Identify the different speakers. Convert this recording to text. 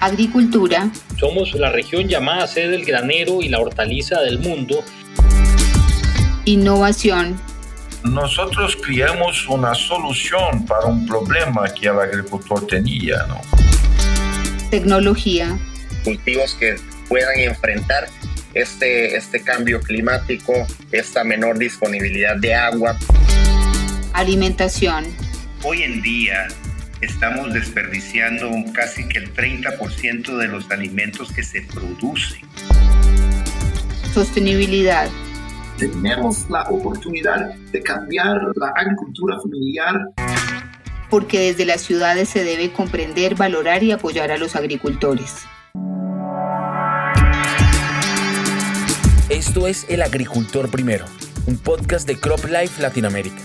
Speaker 1: agricultura.
Speaker 2: Somos la región llamada a ser el granero y la hortaliza del mundo.
Speaker 1: Innovación.
Speaker 3: Nosotros creamos una solución para un problema que el agricultor tenía, ¿no?
Speaker 1: Tecnología.
Speaker 4: Cultivos que puedan enfrentar este, este cambio climático, esta menor disponibilidad de agua.
Speaker 1: Alimentación.
Speaker 5: Hoy en día estamos desperdiciando casi que el 30% de los alimentos que se producen.
Speaker 1: Sostenibilidad.
Speaker 6: Tenemos la oportunidad de cambiar la agricultura familiar.
Speaker 1: Porque desde las ciudades se debe comprender, valorar y apoyar a los agricultores.
Speaker 7: Esto es El Agricultor Primero, un podcast de CropLife Latinoamérica.